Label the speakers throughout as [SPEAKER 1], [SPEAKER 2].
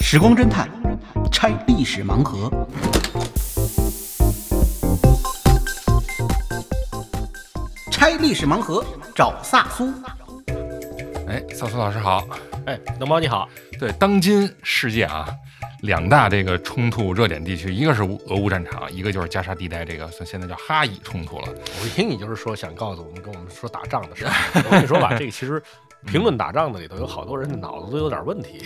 [SPEAKER 1] 时光侦探拆历史盲盒。拆历史盲盒，找萨苏。
[SPEAKER 2] 哎，萨苏老师好。
[SPEAKER 3] 哎，龙猫你好。
[SPEAKER 2] 对，当今世界啊，两大这个冲突热点地区，一个是乌俄乌战场，一个就是加沙地带这个算现在叫哈以冲突了。
[SPEAKER 3] 我一听你就是说想告诉我们跟我们说打仗的事 儿。我跟你说吧，这个其实评论打仗的里头有好多人的脑子都有点问题。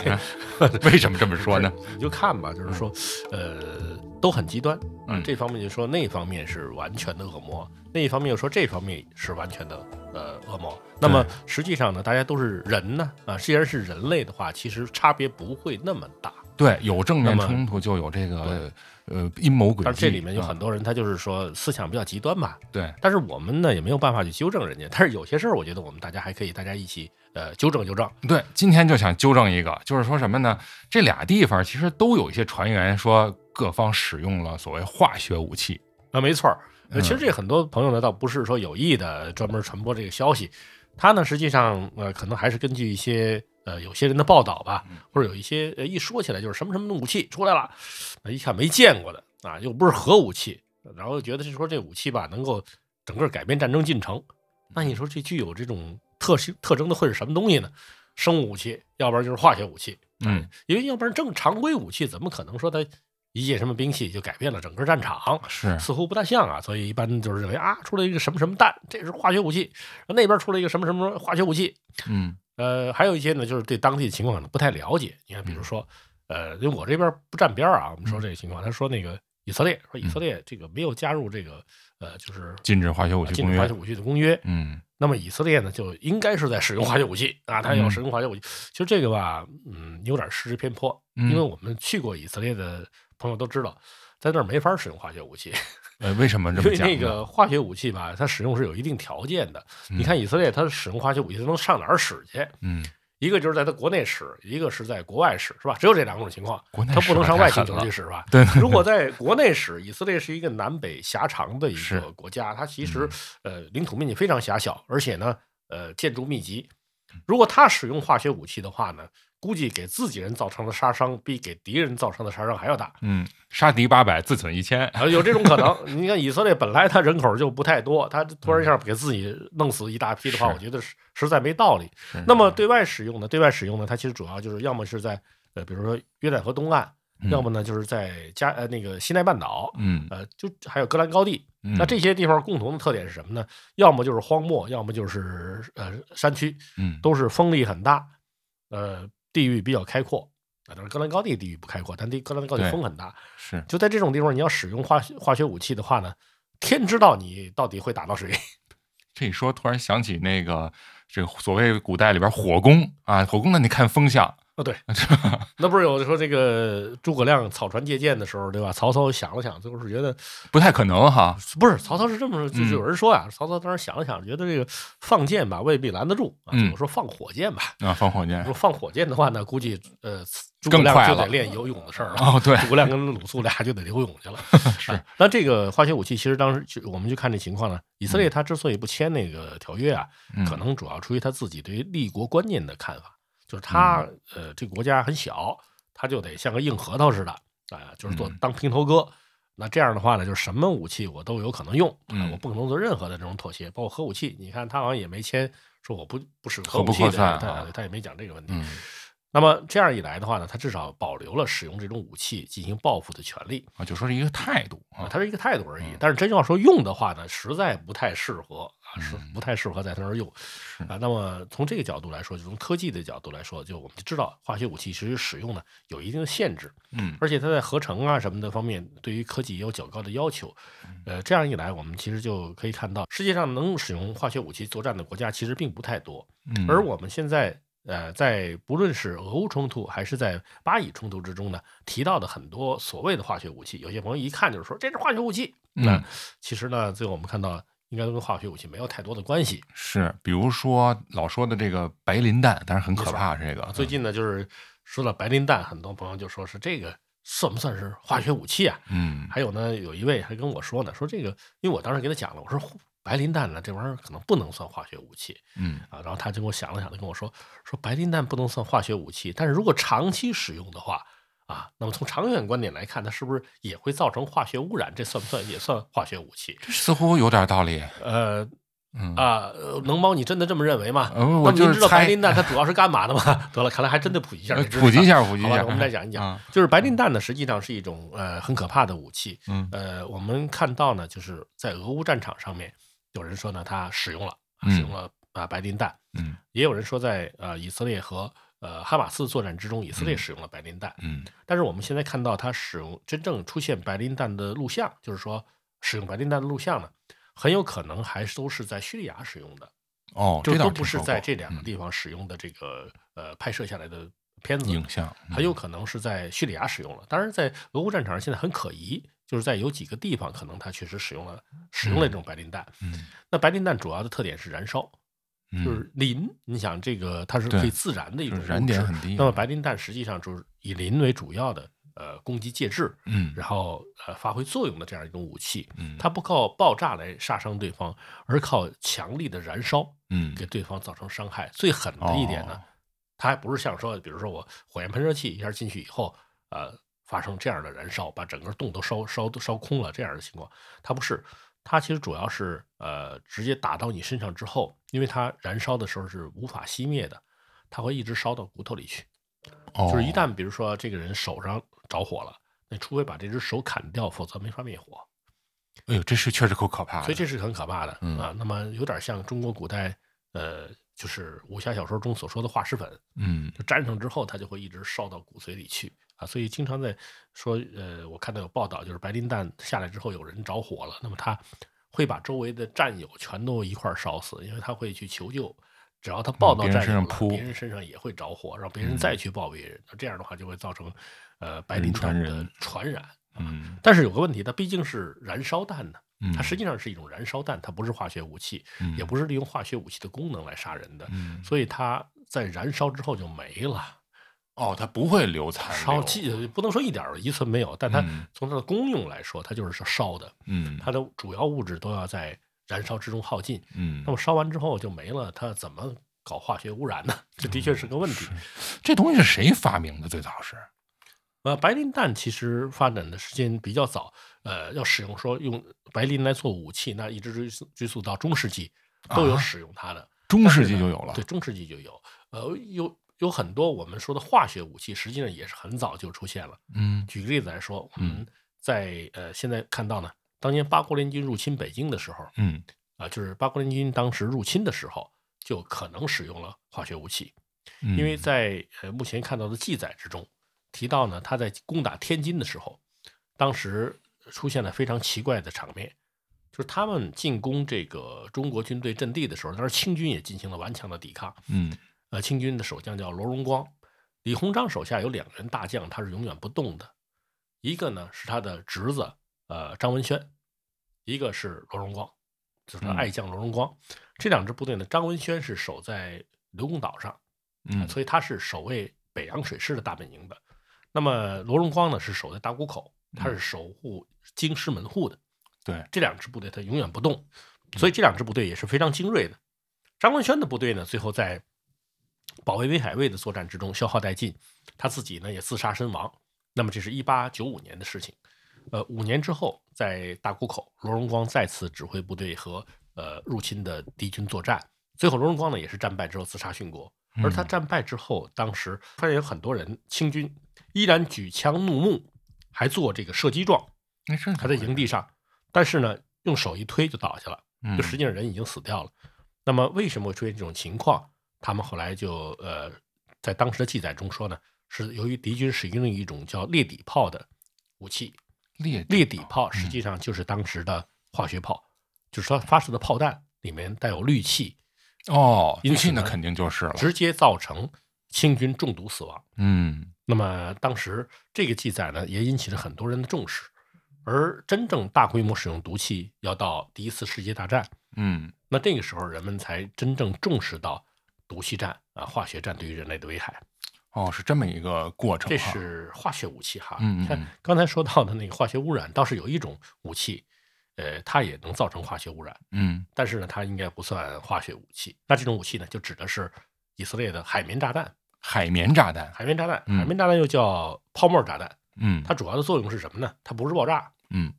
[SPEAKER 2] 为什么这么说呢？
[SPEAKER 3] 你就看吧，就是说，呃，都很极端。
[SPEAKER 2] 嗯
[SPEAKER 3] 这方面就说那方面是完全的恶魔，那一方面又说这方面是完全的呃恶魔。那么实际上呢，大家都是人呢啊，既然是人类的话，其实差别不会那么大。
[SPEAKER 2] 对，有正面
[SPEAKER 3] 那么
[SPEAKER 2] 冲突就有这个呃阴谋诡计。
[SPEAKER 3] 但是这里面有很
[SPEAKER 2] 嗯
[SPEAKER 3] 多人，他就是说思想比较极端吧，
[SPEAKER 2] 对，
[SPEAKER 3] 但是我们呢也没有办法去纠正人家，但是有些事儿，我觉得我们大家还可以大家一起呃纠正纠正。
[SPEAKER 2] 对，今天就想纠正一个，就是说什么呢？这俩地方其实都有一些传言说各方使用了所谓化学武器。
[SPEAKER 3] 啊，没错儿。呃
[SPEAKER 2] 嗯
[SPEAKER 3] 其实这很多朋友呢，倒不是说有意的专门传播这个消息，他呢实际上呃，可能还是根据一些呃有些人的报道吧，或者有一些呃一说起来就是什么什么武器出来了，呃一看没见过的啊，又不是核武器，然后觉得是说这武器吧能够整个改变战争进程，那你说这具有这种特性特征的会是什么东西呢？生物武器，要不然就是化学武器，
[SPEAKER 2] 嗯，
[SPEAKER 3] 因为要不然正常规武器怎么可能说它一介什么兵器就改变了整个战场？
[SPEAKER 2] 是
[SPEAKER 3] 似乎不大像啊，所以一般就是认为啊，出了一个什么什么弹，这是化学武器；那边出了一个什么什么化学武器。
[SPEAKER 2] 嗯
[SPEAKER 3] 呃，还有一些呢，就是对当地的情况呢不太了解。你看，比如
[SPEAKER 2] 嗯
[SPEAKER 3] 说，呃，因为我这边不站边儿啊，我们说这个情况，他说那个以色列，说以
[SPEAKER 2] 嗯
[SPEAKER 3] 色列这个没有加入这个呃，就是
[SPEAKER 2] 禁止化学武器
[SPEAKER 3] 啊禁
[SPEAKER 2] 公
[SPEAKER 3] 止化
[SPEAKER 2] 约
[SPEAKER 3] 学。武器的公约。
[SPEAKER 2] 嗯
[SPEAKER 3] 那么以色列呢，就应该是在使用化学武器啊，他要使用化学武器。其实这个吧，嗯，有点失之偏颇，
[SPEAKER 2] 嗯，
[SPEAKER 3] 因为我们去过以色列的朋友都知道，在那儿没法使用化学武器。
[SPEAKER 2] 呃为什么这
[SPEAKER 3] 因
[SPEAKER 2] 么
[SPEAKER 3] 为
[SPEAKER 2] 讲呢？
[SPEAKER 3] 那个化学武器吧，它使用是有一定条件的。
[SPEAKER 2] 嗯
[SPEAKER 3] 你看以色列，它使用化学武器，它能上哪儿使去？
[SPEAKER 2] 嗯，
[SPEAKER 3] 一个就是在它国内使，一个是在国外使，是吧？只有这两种情况，
[SPEAKER 2] 国内
[SPEAKER 3] 它不能
[SPEAKER 2] 使
[SPEAKER 3] 上
[SPEAKER 2] 太
[SPEAKER 3] 外
[SPEAKER 2] 狠
[SPEAKER 3] 星球
[SPEAKER 2] 了
[SPEAKER 3] 去使吧？
[SPEAKER 2] 对，
[SPEAKER 3] 如果在国内使，以色列是一个南北狭长的一
[SPEAKER 2] 是嗯
[SPEAKER 3] 个国家，它其实呃领土面积非常狭小，而且呢呃建筑密集。如果它使用化学武器的话呢，估计给自己人造成的杀伤比给敌人造成的杀伤还要大。
[SPEAKER 2] 嗯，杀敌八百，自损一千。
[SPEAKER 3] 啊，有这种可能。你看以色列本来它人口就不太多，它突然一下给自己弄死一大批的话，
[SPEAKER 2] 嗯是
[SPEAKER 3] 我觉得是实在没道理。
[SPEAKER 2] 嗯
[SPEAKER 3] 那么对外使用呢？对外使用呢，它其实主要就是要么是在呃，比如说约旦河东岸，
[SPEAKER 2] 嗯
[SPEAKER 3] 要么呢就是在加呃那个西奈半岛，
[SPEAKER 2] 嗯，
[SPEAKER 3] 呃，就还有戈兰高地。
[SPEAKER 2] 嗯
[SPEAKER 3] 那这些地方共同的特点是什么呢？要么就是荒漠，要么就是呃山区，
[SPEAKER 2] 嗯
[SPEAKER 3] 都是风力很大，呃，地域比较开阔。啊，当然，戈兰高地地域不开阔，但地戈兰高地
[SPEAKER 2] 对
[SPEAKER 3] 风很大。
[SPEAKER 2] 是
[SPEAKER 3] 就在这种地方，你要使用化学化学武器的话呢，天知道你到底会打到谁。
[SPEAKER 2] 这一说，突然想起那个这个所谓古代里边火攻啊，火攻那你看风向，
[SPEAKER 3] 哦，对，那不是有说这个诸葛亮草船借箭的时候，对吧？曹操想了想，最后是觉得
[SPEAKER 2] 不太可能哈。
[SPEAKER 3] 不是曹操是这么说，就是
[SPEAKER 2] 嗯
[SPEAKER 3] 有人说啊，曹操当时想了想，觉得这个放箭吧未必拦得住啊，
[SPEAKER 2] 嗯
[SPEAKER 3] 我说放火箭吧。
[SPEAKER 2] 啊，放火箭
[SPEAKER 3] 如果放火箭的话呢，估计呃，诸葛
[SPEAKER 2] 更快
[SPEAKER 3] 亮就
[SPEAKER 2] 了
[SPEAKER 3] 得练游泳的事儿了。
[SPEAKER 2] 哦，对，
[SPEAKER 3] 诸葛亮跟鲁肃俩就得游泳去了。
[SPEAKER 2] 是
[SPEAKER 3] 啊，那这个化学武器其实当时就我们就看这情况呢，以色列它之所以不签那个条约啊，
[SPEAKER 2] 嗯
[SPEAKER 3] 可能主要出于他自己对于立国观念的看法，就是他
[SPEAKER 2] 嗯
[SPEAKER 3] 呃这个国家很小，他就得像个硬核桃似的啊、就是做
[SPEAKER 2] 嗯
[SPEAKER 3] 当平头哥。那这样的话呢，就是什么武器我都有可能用，啊
[SPEAKER 2] 嗯
[SPEAKER 3] 我不可能做任何的这种妥协，包括核武器。你看他好像也没签说我不不使
[SPEAKER 2] 核
[SPEAKER 3] 核武
[SPEAKER 2] 不
[SPEAKER 3] 器
[SPEAKER 2] 扩
[SPEAKER 3] 的，
[SPEAKER 2] 散
[SPEAKER 3] 他
[SPEAKER 2] 啊
[SPEAKER 3] 他也没讲这个问题。
[SPEAKER 2] 嗯
[SPEAKER 3] 那么这样一来的话呢，他至少保留了使用这种武器进行报复的权利
[SPEAKER 2] 啊，就说是一个态度
[SPEAKER 3] 啊
[SPEAKER 2] 啊，，
[SPEAKER 3] 它是一个态度而已
[SPEAKER 2] 嗯。
[SPEAKER 3] 但是真要说用的话呢，实在不太适合啊，是不太适合在那儿用啊。那么从这个角度来说，就从科技的角度来说，就我们就知道化学武器其实使用呢有一定的限制，
[SPEAKER 2] 嗯
[SPEAKER 3] 而且它在合成啊什么的方面，对于科技也有较高的要求。
[SPEAKER 2] 嗯
[SPEAKER 3] 呃，这样一来，我们其实就可以看到，世界上能使用化学武器作战的国家其实并不太多。
[SPEAKER 2] 嗯，
[SPEAKER 3] 而我们现在呃，在不论是俄乌冲突还是在巴以冲突之中呢，提到的很多所谓的化学武器，有些朋友一看就是说这是化学武器。那、
[SPEAKER 2] 嗯
[SPEAKER 3] 其实呢，最后我们看到应该都跟化学武器没有太多的关系。
[SPEAKER 2] 是，比如说老说的这个白磷弹，当然很可怕，这个嗯
[SPEAKER 3] 啊，最近呢，就是说到白磷弹，很多朋友就说是这个算不算是化学武器啊？
[SPEAKER 2] 嗯
[SPEAKER 3] 还有呢，有一位还跟我说呢，说这个，因为我当时给他讲了，我说白磷弹呢，这玩意儿可能不能算化学武器。
[SPEAKER 2] 嗯
[SPEAKER 3] 啊，然后他就跟我想了想，就跟我说说白磷弹不能算化学武器，但是如果长期使用的话，啊。那么从长远观点来看，它是不是也会造成化学污染？这算不算也算化学武器？
[SPEAKER 2] 似乎有点道理。
[SPEAKER 3] 呃
[SPEAKER 2] 嗯，
[SPEAKER 3] 啊，呃能猫，你真的这么认为吗？
[SPEAKER 2] 嗯
[SPEAKER 3] 那
[SPEAKER 2] 我
[SPEAKER 3] 您
[SPEAKER 2] 就
[SPEAKER 3] 知
[SPEAKER 2] 是
[SPEAKER 3] 道白
[SPEAKER 2] 猜
[SPEAKER 3] 磷蛋它主要是干嘛的吗？ 得了，看来还真得普及一下
[SPEAKER 2] 呃
[SPEAKER 3] 这知识啊，
[SPEAKER 2] 普及一下，普及一
[SPEAKER 3] 好吧
[SPEAKER 2] 下。
[SPEAKER 3] 我们再讲一讲
[SPEAKER 2] 啊，
[SPEAKER 3] 就是白磷弹呢，实际上是一种呃很可怕的武器。
[SPEAKER 2] 嗯
[SPEAKER 3] 呃，我们看到呢，就是在俄乌战场上面，有人说呢，他使用了
[SPEAKER 2] 嗯
[SPEAKER 3] 使用了啊、白磷弹，
[SPEAKER 2] 嗯
[SPEAKER 3] 也有人说在呃以色列和呃哈马斯作战之中，以色列使用了白磷弹。
[SPEAKER 2] 嗯
[SPEAKER 3] 但是我们现在看到他使用真正出现白磷弹的录像，就是说使用白磷弹的录像呢，很有可能还都是在叙利亚使用的，
[SPEAKER 2] 哦，
[SPEAKER 3] 就
[SPEAKER 2] 这倒
[SPEAKER 3] 都
[SPEAKER 2] 听
[SPEAKER 3] 不是
[SPEAKER 2] 说
[SPEAKER 3] 在
[SPEAKER 2] 过
[SPEAKER 3] 这两个
[SPEAKER 2] 嗯
[SPEAKER 3] 地方使用的这个呃拍摄下来的片子
[SPEAKER 2] 影像嗯
[SPEAKER 3] 很有可能是在叙利亚使用了。当然，在俄乌战场上现在很可疑，就是在有几个地方可能它确实使用了使用了这种白磷弹。
[SPEAKER 2] 嗯
[SPEAKER 3] 那白磷弹主要的特点是燃烧，
[SPEAKER 2] 嗯，
[SPEAKER 3] 就是磷。你想，这个它是
[SPEAKER 2] 对
[SPEAKER 3] 可以自燃的一
[SPEAKER 2] 就
[SPEAKER 3] 种
[SPEAKER 2] 是燃
[SPEAKER 3] 物质
[SPEAKER 2] 点很低
[SPEAKER 3] 那么白磷弹实际上就是以磷为主要的呃攻击介质，
[SPEAKER 2] 嗯
[SPEAKER 3] 然后呃发挥作用的这样一种武器。
[SPEAKER 2] 嗯
[SPEAKER 3] 它不靠爆炸来杀伤对方，而靠强力的燃烧
[SPEAKER 2] 嗯
[SPEAKER 3] 给对方造成伤害。最狠的一点呢
[SPEAKER 2] 哦，
[SPEAKER 3] 它还不是像说，比如说我火焰喷射器一下进去以后，呃，发生这样的燃烧，把整个洞都烧烧都烧空了这样的情况，它不是。它其实主要是呃，直接打到你身上之后，因为它燃烧的时候是无法熄灭的，它会一直烧到骨头里去。
[SPEAKER 2] 哦，
[SPEAKER 3] 就是一旦比如说这个人手上着火了，那除非把这只手砍掉，否则没法灭火。
[SPEAKER 2] 哎呦，这是确实够可怕的。
[SPEAKER 3] 所以这是很可怕的、
[SPEAKER 2] 嗯
[SPEAKER 3] 啊。那么有点像中国古代呃，就是武侠小说中所说的化石粉，
[SPEAKER 2] 嗯
[SPEAKER 3] 就沾上之后，它就会一直烧到骨髓里去啊。所以经常在说，呃，我看到有报道，就是白磷弹下来之后，有人着火了，那么他会把周围的战友全都一块儿烧死，因为他会去求救。只要他报
[SPEAKER 2] 往
[SPEAKER 3] 到
[SPEAKER 2] 别人
[SPEAKER 3] 战友
[SPEAKER 2] 嗯身上
[SPEAKER 3] 了
[SPEAKER 2] 扑
[SPEAKER 3] 别人身上也会着火，让别人
[SPEAKER 2] 嗯
[SPEAKER 3] 再去报别人。那这样的话就会造成，呃，白
[SPEAKER 2] 人
[SPEAKER 3] 磷
[SPEAKER 2] 传
[SPEAKER 3] 弹的
[SPEAKER 2] 人
[SPEAKER 3] 传染。
[SPEAKER 2] 嗯
[SPEAKER 3] 但是有个问题，它毕竟是燃烧弹呢，
[SPEAKER 2] 嗯，
[SPEAKER 3] 它实际上是一种燃烧弹，它不是化学武器，
[SPEAKER 2] 嗯
[SPEAKER 3] 也不是利用化学武器的功能来杀人的，
[SPEAKER 2] 嗯
[SPEAKER 3] 所以它在燃烧之后就没了。
[SPEAKER 2] 哦，它不会流残
[SPEAKER 3] 烧
[SPEAKER 2] 留
[SPEAKER 3] 气不能说一点儿一寸没有，但它
[SPEAKER 2] 嗯
[SPEAKER 3] 从它的功用来说，它就是烧的，
[SPEAKER 2] 嗯
[SPEAKER 3] 它的主要物质都要在燃烧之中耗尽。
[SPEAKER 2] 嗯
[SPEAKER 3] 那，么烧完之后就没了，它怎么搞化学污染呢？这的确是个问题。
[SPEAKER 2] 这东西是谁发明的？最早是
[SPEAKER 3] 呃，白磷弹其实发展的时间比较早，呃，要使用说用白磷来做武器，那一直追溯追溯到中世纪都有
[SPEAKER 2] 啊
[SPEAKER 3] 使用它的。
[SPEAKER 2] 中世纪就有了
[SPEAKER 3] 对，。中世纪就有。呃，有有很多我们说的化学武器，实际上也是很早就出现了。
[SPEAKER 2] 嗯
[SPEAKER 3] 举个例子来说，我
[SPEAKER 2] 嗯
[SPEAKER 3] 们在呃现在看到呢，当年八国联军入侵北京的时候，啊、
[SPEAKER 2] 嗯
[SPEAKER 3] 就是八国联军当时入侵的时候，就可能使用了化学武器，
[SPEAKER 2] 嗯，
[SPEAKER 3] 因为在呃目前看到的记载之中提到呢，他在攻打天津的时候，当时出现了非常奇怪的场面。就是他们进攻这个中国军队阵地的时候，当时清军也进行了顽强的抵抗，
[SPEAKER 2] 嗯
[SPEAKER 3] 呃，清军的守将叫罗荣光，李鸿章手下有两员大将，他是永远不动的，一个呢是他的侄子，呃，张文轩，一个是罗荣光，就是他
[SPEAKER 2] 嗯
[SPEAKER 3] 爱将罗荣光。这两支部队呢，张文轩是守在刘公岛上，
[SPEAKER 2] 嗯
[SPEAKER 3] 所以他是守卫北洋水师的大本营的。那么罗荣光呢是守在大沽口，他是守护京师门户的。
[SPEAKER 2] 对，
[SPEAKER 3] 这两支部队他永远不动，所以这两支部队也是非常精锐的。张文轩的部队呢，最后在保卫威海卫的作战之中消耗殆尽，他自己呢也自杀身亡。那么这是一八九五年的事情，呃，五年之后，在大沽口，罗荣光再次指挥部队和呃入侵的敌军作战。最后，罗荣光呢也是战败之后自杀殉国。而他
[SPEAKER 2] 嗯
[SPEAKER 3] 战败之后，当时发现有很多人清军依然举枪怒目，还做这个射击状，
[SPEAKER 2] 那是
[SPEAKER 3] 还在营地上，但是呢，用手一推就倒下了，
[SPEAKER 2] 嗯
[SPEAKER 3] 就实际上人已经死掉了。那么为什么会出现这种情况？他们后来就呃，在当时的记载中说呢，是由于敌军使用了一种叫裂底炮的武器，
[SPEAKER 2] 裂
[SPEAKER 3] 裂底炮实际上就是当时的化学炮，就是它发射的炮弹里面带有氯气，
[SPEAKER 2] 哦，
[SPEAKER 3] 因
[SPEAKER 2] 运
[SPEAKER 3] 此
[SPEAKER 2] 气那
[SPEAKER 3] 呢
[SPEAKER 2] 肯定就是了。
[SPEAKER 3] 直接造成清军中毒死亡。
[SPEAKER 2] 嗯
[SPEAKER 3] 那么当时这个记载呢，也引起了很多人的重视。而真正大规模使用毒气，要到第一次世界大战，
[SPEAKER 2] 嗯
[SPEAKER 3] 那这个时候人们才真正重视到毒气战啊、化学战对于人类的危害。
[SPEAKER 2] 哦，是这么一个过程哈。
[SPEAKER 3] 这是化学武器哈。
[SPEAKER 2] 嗯嗯嗯
[SPEAKER 3] 你看刚才说到的那个化学污染，倒是有一种武器，呃，它也能造成化学污染，
[SPEAKER 2] 嗯
[SPEAKER 3] 但是呢，它应该不算化学武器。那这种武器呢，就指的是以色列的海绵炸弹。
[SPEAKER 2] 海绵炸弹，
[SPEAKER 3] 海绵炸弹，
[SPEAKER 2] 嗯
[SPEAKER 3] 海绵炸弹又叫泡沫炸弹，
[SPEAKER 2] 嗯，
[SPEAKER 3] 它主要的作用是什么呢？它不是爆炸，
[SPEAKER 2] 嗯，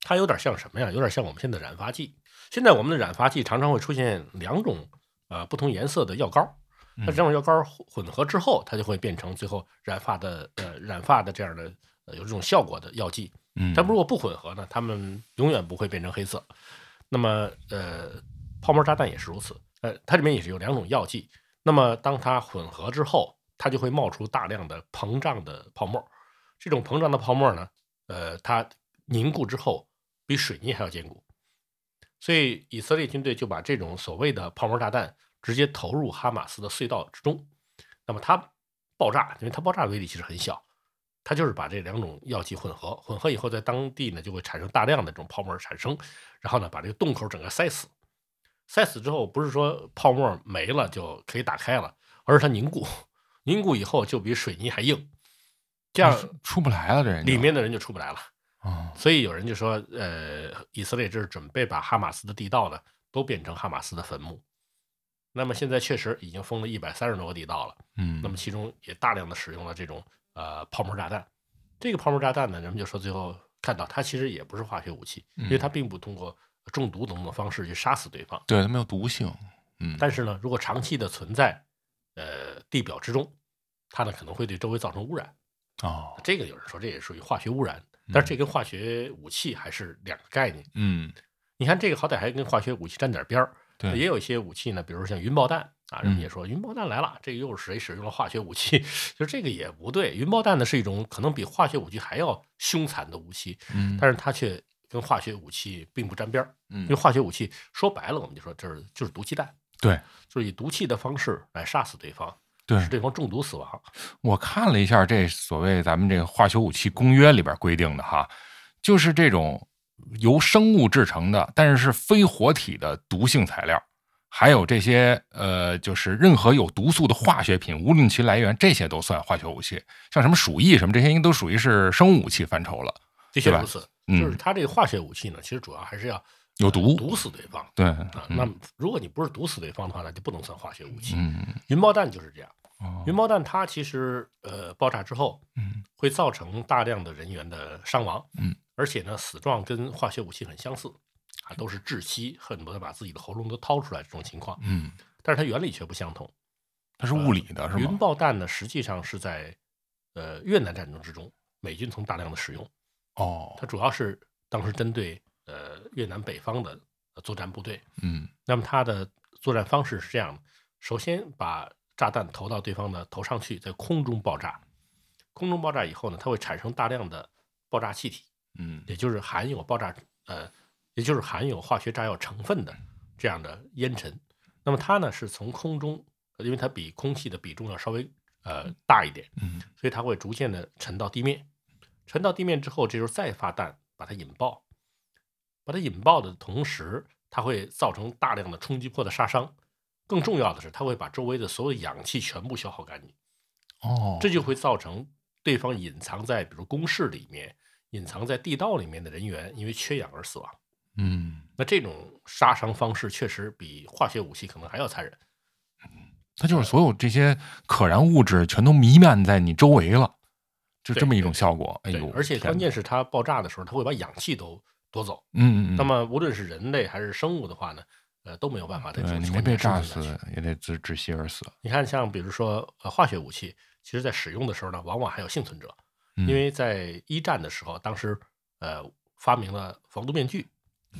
[SPEAKER 3] 它有点像什么呀？有点像我们现在的染发剂。现在我们的染发剂常常会出现两种呃不同颜色的药膏，那这种药膏混混合之后，它就会变成最后染发的呃染发的这样的、呃、有这种效果的药剂。
[SPEAKER 2] 嗯，
[SPEAKER 3] 但如果不混合呢，它们永远不会变成黑色。那么，呃，泡沫炸弹也是如此。呃，它里面也是有两种药剂。那么，当它混合之后，它就会冒出大量的膨胀的泡沫。这种膨胀的泡沫呢，呃，它凝固之后比水泥还要坚固。所以，以色列军队就把这种所谓的泡沫炸弹直接投入哈马斯的隧道之中。那么它爆炸，因为它爆炸的威力其实很小，它就是把这两种药剂混合，混合以后在当地呢就会产生大量的这种泡沫产生，然后呢把这个洞口整个塞死，塞死之后不是说泡沫没了就可以打开了，而是它凝固，凝固以后就比水泥还硬，这样
[SPEAKER 2] 啊出不来了，这人就
[SPEAKER 3] 里面的人就出不来了。
[SPEAKER 2] 哦
[SPEAKER 3] 所以有人就说，呃，以色列这是准备把哈马斯的地道呢都变成哈马斯的坟墓。那么现在确实已经封了一百三十多个地道了。
[SPEAKER 2] 嗯，
[SPEAKER 3] 那么其中也大量的使用了这种呃泡沫炸弹。这个泡沫炸弹呢，人们就说最后看到它其实也不是化学武器，因为
[SPEAKER 2] 嗯
[SPEAKER 3] 它并不通过中毒等等方式去杀死对方。
[SPEAKER 2] 对它没有毒性，嗯，
[SPEAKER 3] 但是呢，如果长期的存在呃地表之中，它呢可能会对周围造成污染。
[SPEAKER 2] 哦，
[SPEAKER 3] 这个有人说这也属于化学污染，但是这跟化学武器还是两个概念。
[SPEAKER 2] 嗯，
[SPEAKER 3] 你看这个好歹还跟化学武器沾点边儿，
[SPEAKER 2] 对
[SPEAKER 3] 也有一些武器呢，比如说像云爆弹啊，人
[SPEAKER 2] 嗯
[SPEAKER 3] 们也说云爆弹来了，这个又是谁使用了化学武器？ 就这个也不对，云爆弹呢是一种可能比化学武器还要凶残的武器，
[SPEAKER 2] 嗯，
[SPEAKER 3] 但是它却跟化学武器并不沾边儿，
[SPEAKER 2] 嗯
[SPEAKER 3] 因为化学武器说白了，我们就说这是就是毒气弹，
[SPEAKER 2] 对，
[SPEAKER 3] 就是以毒气的方式来杀死对方，
[SPEAKER 2] 对
[SPEAKER 3] 使对方中毒死亡。
[SPEAKER 2] 我看了一下这所谓咱们这个化学武器公约里边规定的哈，就是这种由生物制成的，但是是非活体的毒性材料，还有这些呃，就是任何有毒素的化学品，无论其来源，这些都算化学武器。像什么鼠疫什么这些，应该都属于是生物武器范畴了。
[SPEAKER 3] 的确
[SPEAKER 2] 对吧
[SPEAKER 3] 如此，
[SPEAKER 2] 嗯
[SPEAKER 3] 就是它这个化学武器呢，其实主要还是要
[SPEAKER 2] 有毒
[SPEAKER 3] 呃毒死对方。
[SPEAKER 2] 对，
[SPEAKER 3] 啊，那
[SPEAKER 2] 嗯
[SPEAKER 3] 么如果你不是毒死对方的话，那就不能算化学武器。
[SPEAKER 2] 嗯，
[SPEAKER 3] 云爆弹就是这样，
[SPEAKER 2] 哦
[SPEAKER 3] 云爆弹它其实呃爆炸之后
[SPEAKER 2] 嗯
[SPEAKER 3] 会造成大量的人员的伤亡，
[SPEAKER 2] 嗯，
[SPEAKER 3] 而且呢死状跟化学武器很相似，啊都是窒息，恨不得把自己的喉咙都掏出来这种情况，
[SPEAKER 2] 嗯，
[SPEAKER 3] 但是它原理却不相同。
[SPEAKER 2] 它是物理的是
[SPEAKER 3] 云
[SPEAKER 2] 吗？
[SPEAKER 3] 爆弹呢实际上是在呃越南战争之中，美军曾大量的使用，
[SPEAKER 2] 哦，
[SPEAKER 3] 它主要是当时针对呃越南北方的呃作战部队，
[SPEAKER 2] 嗯
[SPEAKER 3] 那么它的作战方式是这样的：首先把炸弹投到对方的头上去，在空中爆炸。空中爆炸以后呢，它会产生大量的爆炸气体，
[SPEAKER 2] 嗯
[SPEAKER 3] 也就是含有爆炸呃，也就是含有化学炸药成分的这样的烟尘。那么它呢是从空中，呃因为它比空气的比重要稍微呃大一点，
[SPEAKER 2] 嗯
[SPEAKER 3] 所以它会逐渐的沉到地面。沉到地面之后，这时候再发弹把它引爆，把它引爆的同时，它会造成大量的冲击波的杀伤。更重要的是，它会把周围的所有氧气全部消耗干净，
[SPEAKER 2] 哦，
[SPEAKER 3] 这就会造成对方隐藏在比如工事里面、隐藏在地道里面的人员因为缺氧而死亡。
[SPEAKER 2] 嗯。
[SPEAKER 3] 那这种杀伤方式确实比化学武器可能还要残忍。
[SPEAKER 2] 它就是所有这些可燃物质全都弥漫在你周围了，就
[SPEAKER 3] 对
[SPEAKER 2] 这么一种效果。哎
[SPEAKER 3] 对
[SPEAKER 2] 呦，，
[SPEAKER 3] 而且
[SPEAKER 2] 天
[SPEAKER 3] 关
[SPEAKER 2] 哪，
[SPEAKER 3] 键是它爆炸的时候，它会把氧气都夺走。
[SPEAKER 2] 嗯嗯嗯，
[SPEAKER 3] 那么无论是人类还是生物的话呢，呃，都没有办法再
[SPEAKER 2] 对
[SPEAKER 3] 生
[SPEAKER 2] 你
[SPEAKER 3] 存
[SPEAKER 2] 没被炸
[SPEAKER 3] 下去
[SPEAKER 2] 死也得窒窒息而死，
[SPEAKER 3] 你看，像比如说呃化学武器，其实在使用的时候呢，往往还有幸存者，
[SPEAKER 2] 嗯
[SPEAKER 3] 因为在一战的时候，当时呃发明了防毒面具，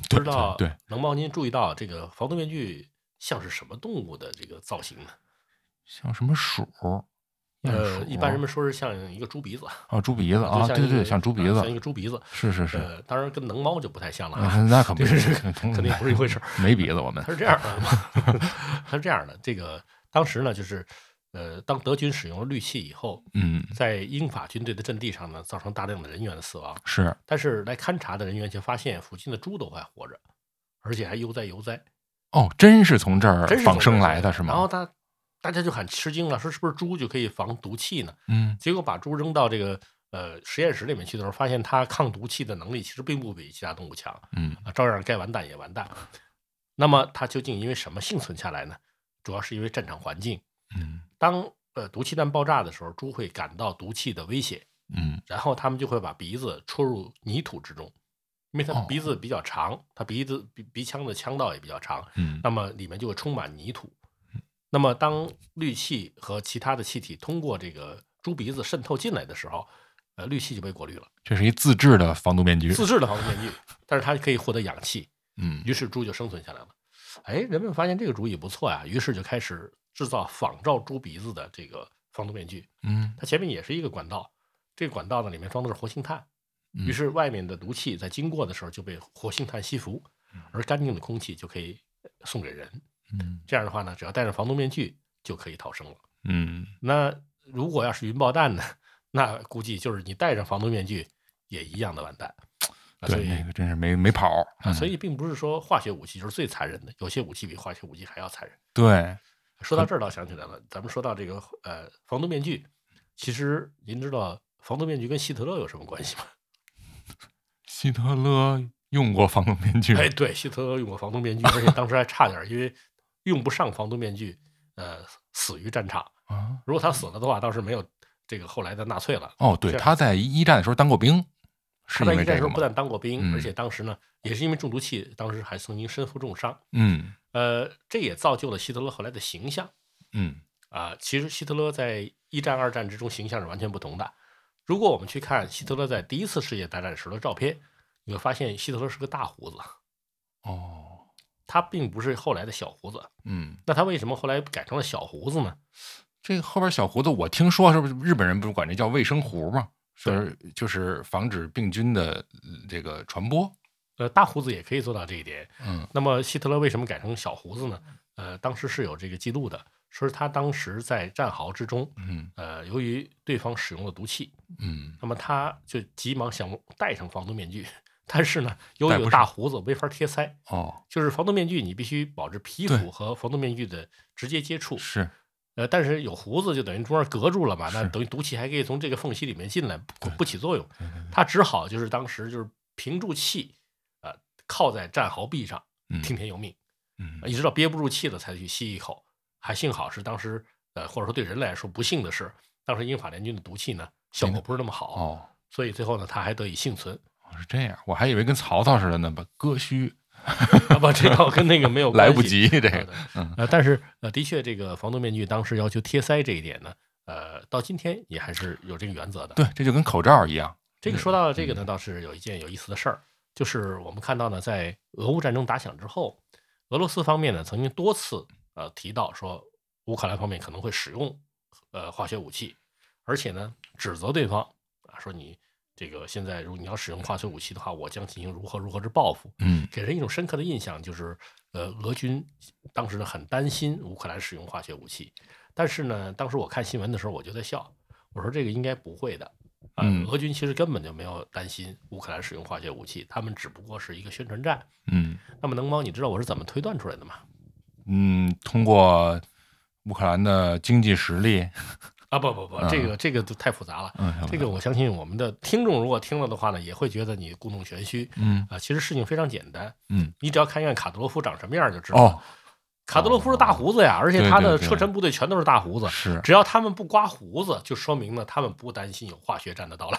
[SPEAKER 3] 不
[SPEAKER 2] 对
[SPEAKER 3] 知道
[SPEAKER 2] 对对
[SPEAKER 3] 能帮您注意到这个防毒面具像是什么动物的这个造型呢？
[SPEAKER 2] 像什么鼠，鼹
[SPEAKER 3] 呃，
[SPEAKER 2] 鼠
[SPEAKER 3] 一般人们说是像一个猪鼻子
[SPEAKER 2] 啊猪鼻子啊，
[SPEAKER 3] 就
[SPEAKER 2] 对
[SPEAKER 3] 一
[SPEAKER 2] 对，
[SPEAKER 3] 个
[SPEAKER 2] 像猪鼻
[SPEAKER 3] 啊
[SPEAKER 2] 子
[SPEAKER 3] 像，一个猪鼻子。
[SPEAKER 2] 是是是，
[SPEAKER 3] 呃，当然跟能猫就不太像了啊
[SPEAKER 2] 啊，那可不
[SPEAKER 3] 这
[SPEAKER 2] 是
[SPEAKER 3] 是，肯定不是一回事儿。
[SPEAKER 2] 没鼻子我们
[SPEAKER 3] 它，是这样的， 它是这样的。这个当时呢，就是呃，当德军使用了氯气以后，
[SPEAKER 2] 嗯，
[SPEAKER 3] 在英法军队的阵地上呢，造成大量的人员的死亡。
[SPEAKER 2] 是
[SPEAKER 3] 但是来勘察的人员却发现附近的猪都还活着，而且还悠哉悠哉，
[SPEAKER 2] 哦，真是从这儿
[SPEAKER 3] 真是
[SPEAKER 2] 仿
[SPEAKER 3] 从这儿
[SPEAKER 2] 生
[SPEAKER 3] 来
[SPEAKER 2] 来的是
[SPEAKER 3] 然后
[SPEAKER 2] 吗？
[SPEAKER 3] 他大家就很吃惊了，说是不是猪就可以防毒气呢？
[SPEAKER 2] 嗯，
[SPEAKER 3] 结果把猪扔到这个呃实验室里面去的时候，发现它抗毒气的能力其实并不比其他动物强。
[SPEAKER 2] 嗯
[SPEAKER 3] 啊，照样该完蛋也完蛋。那么它究竟因为什么幸存下来呢？主要是因为战场环境。
[SPEAKER 2] 嗯
[SPEAKER 3] 当呃毒气弹爆炸的时候，猪会感到毒气的威胁，
[SPEAKER 2] 嗯
[SPEAKER 3] 然后他们就会把鼻子戳入泥土之中，因为它
[SPEAKER 2] 哦
[SPEAKER 3] 鼻子比较长，它鼻子鼻鼻腔的腔道也比较长，
[SPEAKER 2] 嗯
[SPEAKER 3] 那么里面就会充满泥土。那么当氯气和其他的气体通过这个猪鼻子渗透进来的时候，呃，氯气就被过滤了，
[SPEAKER 2] 这是一自制的防毒面具，
[SPEAKER 3] 自制的防毒面具，但是它可以获得氧气，
[SPEAKER 2] 嗯
[SPEAKER 3] 于是猪就生存下来了。哎，人们发现这个主意不错呀，于是就开始制造仿照猪鼻子的这个防毒面具。
[SPEAKER 2] 嗯
[SPEAKER 3] 它前面也是一个管道，这个管道呢里面装的是活性炭，
[SPEAKER 2] 嗯
[SPEAKER 3] 于是外面的毒气在经过的时候就被活性炭吸附，而干净的空气就可以呃送给人。
[SPEAKER 2] 嗯
[SPEAKER 3] 这样的话呢，只要戴上防毒面具就可以逃生了。
[SPEAKER 2] 嗯，
[SPEAKER 3] 那如果要是云爆弹呢， 那估计就是你戴上防毒面具也一样的完蛋。啊所
[SPEAKER 2] 对，嗯
[SPEAKER 3] 以
[SPEAKER 2] 那个真是没没跑
[SPEAKER 3] 啊，所
[SPEAKER 2] 以
[SPEAKER 3] 以并不是说化学武器就是最残忍的，有些武器比化学武器还要残忍。
[SPEAKER 2] 对，
[SPEAKER 3] 说到这儿倒想起来了，咱们说到这个呃防毒面具，其实您知道防毒面具跟希特勒有什么关系吗？
[SPEAKER 2] 希特勒用过防毒面具，
[SPEAKER 3] 哎，对，希特勒用过防毒面具，而且当时还差点儿因为用不上防毒面具，呃，死于战场。
[SPEAKER 2] 啊，
[SPEAKER 3] 如果他死了的话，倒是没有这个后来的纳粹了。
[SPEAKER 2] 哦，对，
[SPEAKER 3] 这样
[SPEAKER 2] 他在一战的时候当过兵，是
[SPEAKER 3] 他
[SPEAKER 2] 因
[SPEAKER 3] 在
[SPEAKER 2] 为
[SPEAKER 3] 一战
[SPEAKER 2] 这
[SPEAKER 3] 时
[SPEAKER 2] 个
[SPEAKER 3] 候不
[SPEAKER 2] 吗？
[SPEAKER 3] 但当过兵，
[SPEAKER 2] 嗯
[SPEAKER 3] 而且当时呢，也是因为中毒气，当时还曾经身负重伤。
[SPEAKER 2] 嗯
[SPEAKER 3] 呃，这也造就了希特勒后来的形象
[SPEAKER 2] 嗯
[SPEAKER 3] 啊、其实希特勒在一战、二战之中形象是完全不同的。如果我们去看希特勒在第一次世界大战时的照片，你会发现希特勒是个大胡子，
[SPEAKER 2] 哦
[SPEAKER 3] 他并不是后来的小胡子。
[SPEAKER 2] 嗯，
[SPEAKER 3] 那他为什么后来改成了小胡子呢？
[SPEAKER 2] 这后边小胡子，我听说是不是日本人不是管这叫卫生胡吗？
[SPEAKER 3] 对
[SPEAKER 2] 是就是防止病菌的呃这个传播，
[SPEAKER 3] 呃，大胡子也可以做到这一点。
[SPEAKER 2] 嗯
[SPEAKER 3] 那么希特勒为什么改成小胡子呢？呃，当时是有这个记录的，说是他当时在战壕之中，
[SPEAKER 2] 嗯
[SPEAKER 3] 呃，由于对方使用了毒气，
[SPEAKER 2] 嗯，
[SPEAKER 3] 那么他就急忙想戴上防毒面具，但是呢，由
[SPEAKER 2] 戴
[SPEAKER 3] 于
[SPEAKER 2] 不
[SPEAKER 3] 有大胡子没法贴腮，
[SPEAKER 2] 哦
[SPEAKER 3] 就是防毒面具你必须保持皮
[SPEAKER 2] 对
[SPEAKER 3] 肤和防毒面具的直接接触，
[SPEAKER 2] 是
[SPEAKER 3] 呃，但是有胡子就等于中间隔住了嘛，那
[SPEAKER 2] 是
[SPEAKER 3] 等于毒气还可以从这个缝隙里面进来，不
[SPEAKER 2] 对
[SPEAKER 3] 不起作用。
[SPEAKER 2] 嗯
[SPEAKER 3] 他只好就是当时就是屏住气，呃，靠在战壕壁上
[SPEAKER 2] 嗯
[SPEAKER 3] 听天由命，
[SPEAKER 2] 嗯
[SPEAKER 3] 呃一直到憋不住气了才去吸一口。还幸好是当时呃，或者说对人类来说不幸的是，当时英法联军的毒气呢效果不是那么好，
[SPEAKER 2] 哦
[SPEAKER 3] 所以最后呢他还得以幸存。
[SPEAKER 2] 是这样，我还以为跟曹操似的呢，把割须
[SPEAKER 3] 啊不，这倒跟那个没有关
[SPEAKER 2] 来
[SPEAKER 3] 系
[SPEAKER 2] 不及这
[SPEAKER 3] 对
[SPEAKER 2] 个，
[SPEAKER 3] 对
[SPEAKER 2] 嗯
[SPEAKER 3] 呃，但是呃，的确，这个防毒面具当时要求贴腮这一点呢，呃，到今天也还是有这个原则的。
[SPEAKER 2] 对，这就跟口罩一样，
[SPEAKER 3] 这个说到这个呢，倒是有一件有意思的事儿，就是我们看到呢，在俄乌战争打响之后，俄罗斯方面呢曾经多次呃提到说，乌克兰方面可能会使用呃化学武器，而且呢指责对方啊说你这个现在如果你要使用化学武器的话，我将进行如何如何之报复，
[SPEAKER 2] 嗯
[SPEAKER 3] 给人一种深刻的印象就是，呃，俄军当时呢很担心乌克兰使用化学武器，但是呢，当时我看新闻的时候我就在笑，我说这个应该不会的，啊、
[SPEAKER 2] 嗯
[SPEAKER 3] 俄军其实根本就没有担心乌克兰使用化学武器，他们只不过是一个宣传战。
[SPEAKER 2] 嗯
[SPEAKER 3] 那么能猫，你知道我是怎么推断出来的吗？
[SPEAKER 2] 嗯，通过乌克兰的经济实力，
[SPEAKER 3] 啊，不不不，这个这个都太复杂了。
[SPEAKER 2] 嗯，
[SPEAKER 3] 这个我相信我们的听众如果听了的话呢，也会觉得你故弄玄虚
[SPEAKER 2] 嗯
[SPEAKER 3] 啊、其实事情非常简单，
[SPEAKER 2] 嗯，
[SPEAKER 3] 你只要看一看卡德罗夫长什么样就知道了。
[SPEAKER 2] 哦
[SPEAKER 3] 卡德罗夫是大胡子呀，而且他
[SPEAKER 2] 对对
[SPEAKER 3] 的
[SPEAKER 2] 对
[SPEAKER 3] 车臣部队全都是大胡子。
[SPEAKER 2] 是
[SPEAKER 3] 只要他们不刮胡子，就说明呢他们不担心有化学战的到来。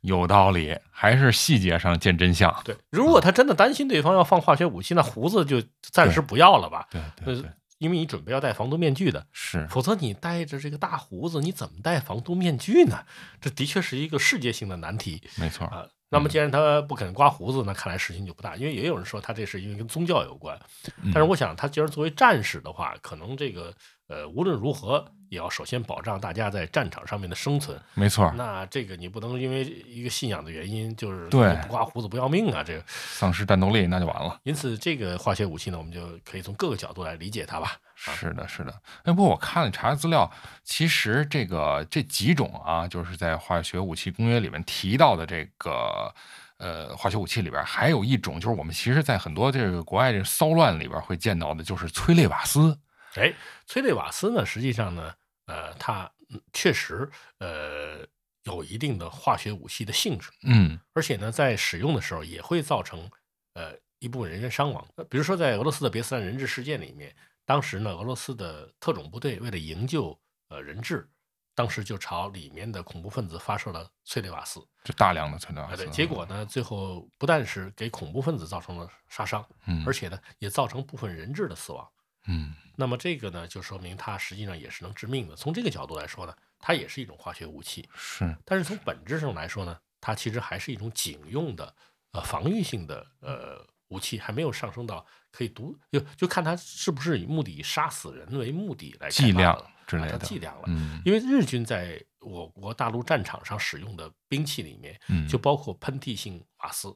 [SPEAKER 2] 有道理，还是细节上见真相，
[SPEAKER 3] 对，如果他真的担心对方要放化学武器，那胡子就暂时不要了吧，
[SPEAKER 2] 对呃
[SPEAKER 3] 对对，因为你准备要戴防毒面具的。
[SPEAKER 2] 是
[SPEAKER 3] 否则你戴着这个大胡子，你怎么戴防毒面具呢？这的确是一个世界性的难题
[SPEAKER 2] 没错，
[SPEAKER 3] 啊。那
[SPEAKER 2] 嗯
[SPEAKER 3] 么既然他不肯刮胡子，那看来事情就不大，因为也有人说他这是因为跟宗教有关。
[SPEAKER 2] 嗯
[SPEAKER 3] 但是我想，他既然作为战士的话，可能这个呃，无论如何也要首先保障大家在战场上面的生存。
[SPEAKER 2] 没错，
[SPEAKER 3] 那这个你不能因为一个信仰的原因，就是
[SPEAKER 2] 对
[SPEAKER 3] 不刮胡子不要命啊！这个，
[SPEAKER 2] 丧失战斗力那就完了。
[SPEAKER 3] 因此这个化学武器呢，我们就可以从各个角度来理解它吧。
[SPEAKER 2] 是的，是的。哎，不过我看了查资料，其实这个这几种啊，就是在《化学武器公约》里面提到的这个呃化学武器里边，还有一种就是我们其实，在很多这个国外这个骚乱里边会见到的，就是催泪瓦斯。
[SPEAKER 3] 哎，催泪瓦斯呢，实际上呢，呃，它嗯确实呃有一定的化学武器的性质，
[SPEAKER 2] 嗯
[SPEAKER 3] 而且呢，在使用的时候也会造成呃一部分人员伤亡。呃比如说，在俄罗斯的别斯坦人质事件里面，当时呢，俄罗斯的特种部队为了营救呃人质，当时就朝里面的恐怖分子发射了催泪瓦斯。
[SPEAKER 2] 就大量的存量
[SPEAKER 3] 啊，对，结果呢，最后不但是给恐怖分子造成了杀伤，
[SPEAKER 2] 嗯，
[SPEAKER 3] 而且呢，也造成部分人质的死亡。
[SPEAKER 2] 嗯
[SPEAKER 3] 那么这个呢，就说明它实际上也是能致命的。从这个角度来说呢，它也是一种化学武器。
[SPEAKER 2] 是
[SPEAKER 3] 但是从本质上来说呢，它其实还是一种警用的呃防御性的呃武器，还没有上升到可以毒就就看它是不是以目的以杀死人为目的来开发
[SPEAKER 2] 剂量
[SPEAKER 3] 了
[SPEAKER 2] 之类
[SPEAKER 3] 啊它
[SPEAKER 2] 的
[SPEAKER 3] 剂量了。
[SPEAKER 2] 嗯
[SPEAKER 3] 因为日军在我国大陆战场上使用的兵器里面，
[SPEAKER 2] 嗯
[SPEAKER 3] 就包括喷嚏性瓦斯，